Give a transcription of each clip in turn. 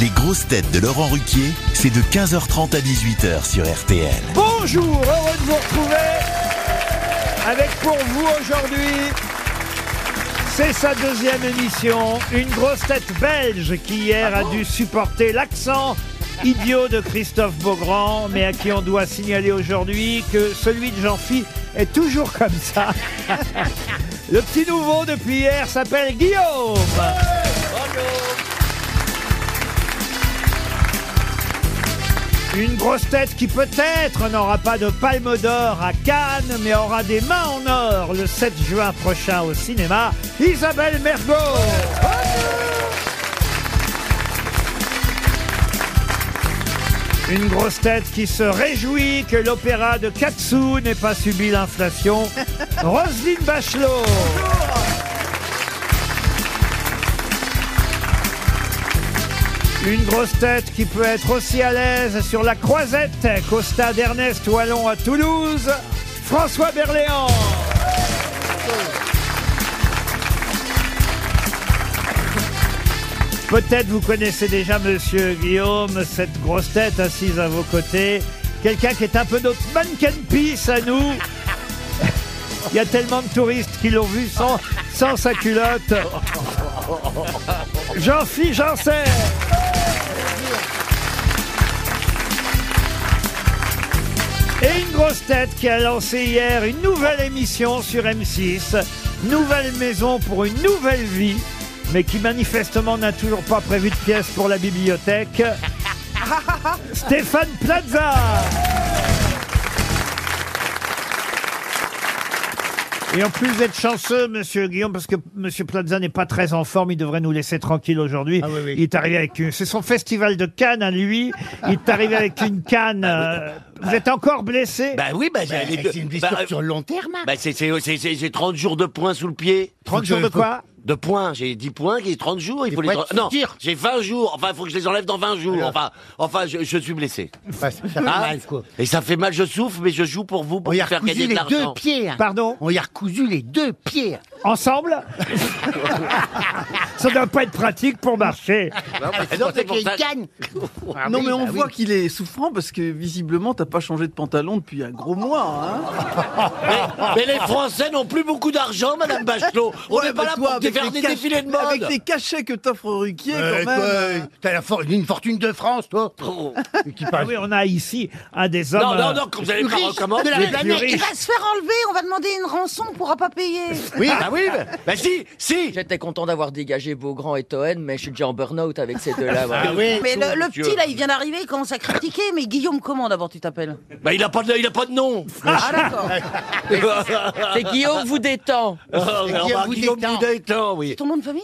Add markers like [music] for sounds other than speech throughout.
Les grosses têtes de Laurent Ruquier, c'est de 15h30 à 18h sur RTL. Bonjour, heureux de vous retrouver avec pour vous aujourd'hui. C'est sa deuxième émission, une grosse tête belge qui hier a dû supporter l'accent idiot de Christophe Beaugrand, mais à qui on doit signaler aujourd'hui que celui de Jean-Phi est toujours comme ça. [laughs] Le petit nouveau depuis hier s'appelle Guillaume. Une grosse tête qui peut-être n'aura pas de palme d'or à Cannes, mais aura des mains en or le 7 juin prochain au cinéma, Isabelle Mergo. Une grosse tête qui se réjouit que l'opéra de Katsu n'ait pas subi l'inflation, Roselyne Bachelot. Une grosse tête qui peut être aussi à l'aise sur la croisette qu'au stade Ernest Wallon à Toulouse, François Berléand. Peut-être vous connaissez déjà Monsieur Guillaume, cette grosse tête assise à vos côtés, quelqu'un qui est un peu notre mannequin piece à nous. Il y a tellement de touristes qui l'ont vu sans, sans sa culotte. Jean-Philippe Janssen. Et une grosse tête qui a lancé hier une nouvelle émission sur M6, Nouvelle Maison pour une nouvelle vie, mais qui manifestement n'a toujours pas prévu de pièce pour la bibliothèque, Stéphane Plaza. Et en plus, vous êtes chanceux, monsieur Guillaume, parce que monsieur Plaza n'est pas très en forme. Il devrait nous laisser tranquille aujourd'hui. Il est arrivé avec une. C'est son festival de Cannes à lui. Il est arrivé avec une canne. euh, Vous êtes encore blessé Bah oui, bah, Bah, j'ai les deux- c'est une blessure bah, euh, sur le long terme. bah, c'est- c'est- c'est- c'est- j'ai 30 jours de points sous le pied. 30 jours de quoi De points, j'ai 10 points, j'ai 30 jours, il faut les points de tra- Non, soutien. j'ai 20 jours, enfin il faut que je les enlève dans 20 jours. Enfin, enfin je, je suis blessé. Ouais, ça fait Ah, mal, quoi. et ça fait mal, je souffre, mais je joue pour vous, pour On y vous a faire recousu gagner de les deux l'argent. Bah. pieds. hein. Pardon On y a recousu les deux pieds. Ensemble Ça ne doit pas être pratique pour marcher. Ah, c'est Non, pour ça c'est qu'on qu'il t'a- [laughs] gagne. Ah Non oui, mais on bah voit oui. qu'il est souffrant parce que visiblement t'as pas changé de pantalon depuis un gros mois. Hein Mais, mais les Français n'ont plus beaucoup d'argent, Madame Bachelot. [laughs] On n'est Ouais, pas mais là toi, pour te avec faire les des cach- défilés de mode. Avec tes cachets que t'offre Ruquier Euh, quand même. toi, euh, T'as la for- une fortune de France, toi. Oh. Qui Ah parle. oui, on a ici un des hommes. Non, non, euh, non, comme vous allez plus pas riche recommander. de la les planète. plus Il riches. va se faire enlever, on va demander une rançon, on pourra pas payer. Oui, Ah [laughs] oui, bah, bah, si, si. J'étais content d'avoir dégagé Beaugrand et Toen, mais je suis déjà en burn-out avec ces deux-là. voilà. Ah oui. Mais le, le Dieu. petit là, il vient d'arriver, il commence à critiquer. Mais Guillaume, comment d'abord tu [laughs] t'appelles Bah, il a pas de, il a pas de [laughs] nom. Oh, Ah d'accord. C'est Guillaume vous détend. Oh, alors, bah, vous Guillaume détend. vous détend, oui. Ton nom de famille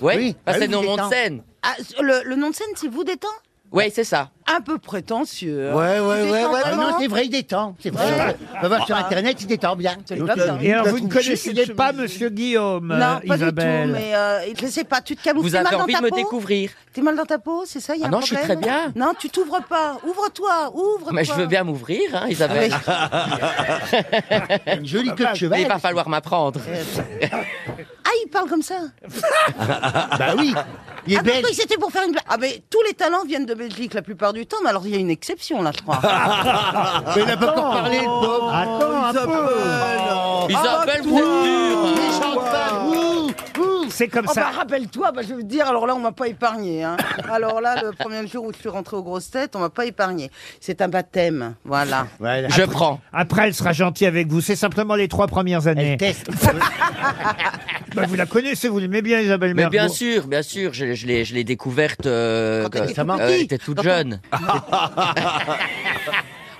Ouais, Oui, bah, bah c'est oui, nos vous noms détend. de scène. Ah, le, le nom de scène, c'est vous détend Ouais, c'est ça. Un peu prétentieux. hein. Ouais, ouais, ouais, ouais. détend ouais. Ah vraiment. Non, c'est vrai, il détend. C'est vrai. On va voir sur Internet, il détend bien. euh, Et alors, T'as vous ne trouvé connaissiez quelque pas chose Monsieur Guillaume, Non, euh, pas Isabelle. du tout. Mais euh, je sais pas, tu te Vous camoufles. T'es avez mal dans envie de ta me peau découvrir. T'es mal dans ta peau, c'est ça y a Ah un non, je suis problème très bien. Non, tu t'ouvres pas. Ouvre-toi, ouvre-toi. Mais je veux bien m'ouvrir, hein, Isabelle. Une jolie queue de Mais cheval. il va falloir m'apprendre. Ah, il parle comme ça. Bah oui. Il Ah, est mais je belge. croyais que c'était pour faire une blague. Ah, mais tous les talents viennent de Belgique la plupart du temps, mais alors il y a une exception là, je [laughs] crois. Mais il n'a pas encore parlé, le pauvre. Attends un peu. Isabelle, vous êtes dure. C'est comme Oh bah, ça. rappelle-toi, bah, je veux te dire, alors là, on m'a pas épargné. [laughs] hein. Alors là, le premier jour où je suis rentrée aux grosses têtes, on m'a pas épargné. C'est un baptême, [laughs] voilà. Voilà. Je prends. Après, elle sera gentille avec vous. C'est simplement les trois premières années. Elle [laughs] teste. Bah, vous la connaissez, vous l'aimez bien, Isabelle Mais Mergo. bien sûr, bien sûr, je, je l'ai je l'ai découverte euh, Quand t'étais tout euh, petit. t'étais toute Quand on- jeune.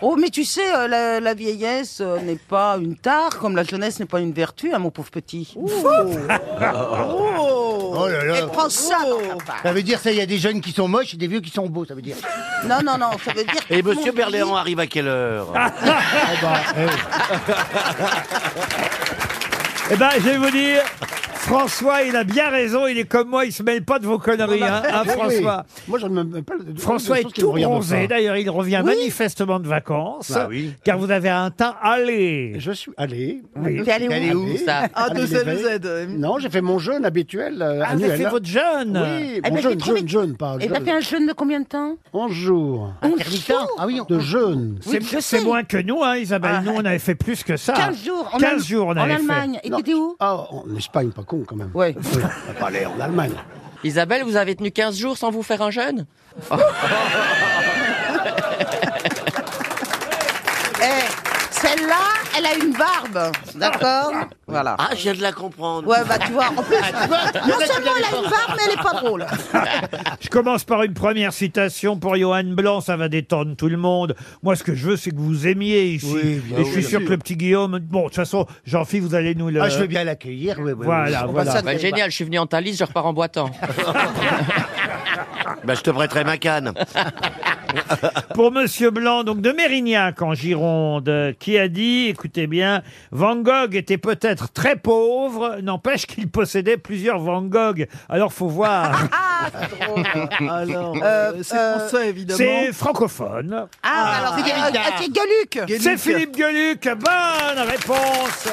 Oh, mais tu sais, euh, la, la vieillesse euh, n'est pas une tare, comme la jeunesse n'est pas une vertu, hein, mon pauvre petit. Oh là Et là. prends ça dans ta part. Ça veut dire ça, il y a des jeunes qui sont moches et des vieux qui sont beaux, ça veut dire. Non, non, non, ça veut dire... que Et tout le Monsieur monde Berléand dit- arrive à quelle heure Eh ben, je vais vous dire, François, il a bien raison, il est comme moi, il se mêle pas de vos conneries, hein, hein, François. Moi, je ne me même pas. de- de- François de est choses qui me tout regardent bronzé. pas. D'ailleurs, il revient manifestement de vacances. Bah oui. Car vous avez un teint allé. Je suis allé. Oui. T'es allé où Allé où, ça Ah, Allé les de Z, Vets. Z. Eh, euh, Non, j'ai fait mon jeûne habituel euh, Ah, vous avez annuel. fait votre jeûne. Oui, Eh mon ben, j'ai jeûne, trouvé- jeûne, jeûne, pas Eh ben, Et t'as jeûne. fait un jeûne de combien de temps 11 jours Intermittent Ah oui, de jeûne. Oui, C'est- C'est je sais. moins que nous, hein, Isabelle. Ah. Nous, on avait fait plus que ça. 15 jours en, 15 Allem- jours, on en avait fait. Allemagne. Et Non. t'étais où Ah, en Espagne, pas con quand même. Ouais. Oui, on va pas aller en Allemagne. Isabelle, vous avez tenu 15 jours sans vous faire un jeûne Eh, celle-là, elle a une barbe. D'accord Voilà. Ah, je viens de la comprendre. Ouais, bah tu vois, en plus, non seulement elle a une barbe, mais elle est pas drôle. Ah, Je commence par une première citation pour Johan Blanc, ça va détendre tout le monde. Moi, ce que je veux, c'est que vous aimiez ici. Oui, bien Et je suis sûr. sûr que le petit Guillaume. Bon, de toute façon, Jean-Philippe, vous allez nous le. Ah, je veux bien l'accueillir. Oui, oui, oui. Voilà, On va voilà. s'en- Bah, Génial, je suis venu en Thalys, je repars en boitant. Bah, je te prêterai ma canne. Pour Monsieur Blanc, donc de Mérignac en Gironde, euh, qui a dit, écoutez bien, Van Gogh était peut-être très pauvre, n'empêche qu'il possédait plusieurs Van Gogh. Alors faut voir. Alors, Euh, euh, c'est euh, français, évidemment. C'est francophone. Ah, alors, c'est, euh, euh, c'est Gueluc. Gueluc. C'est Philippe Gueluc. Bonne réponse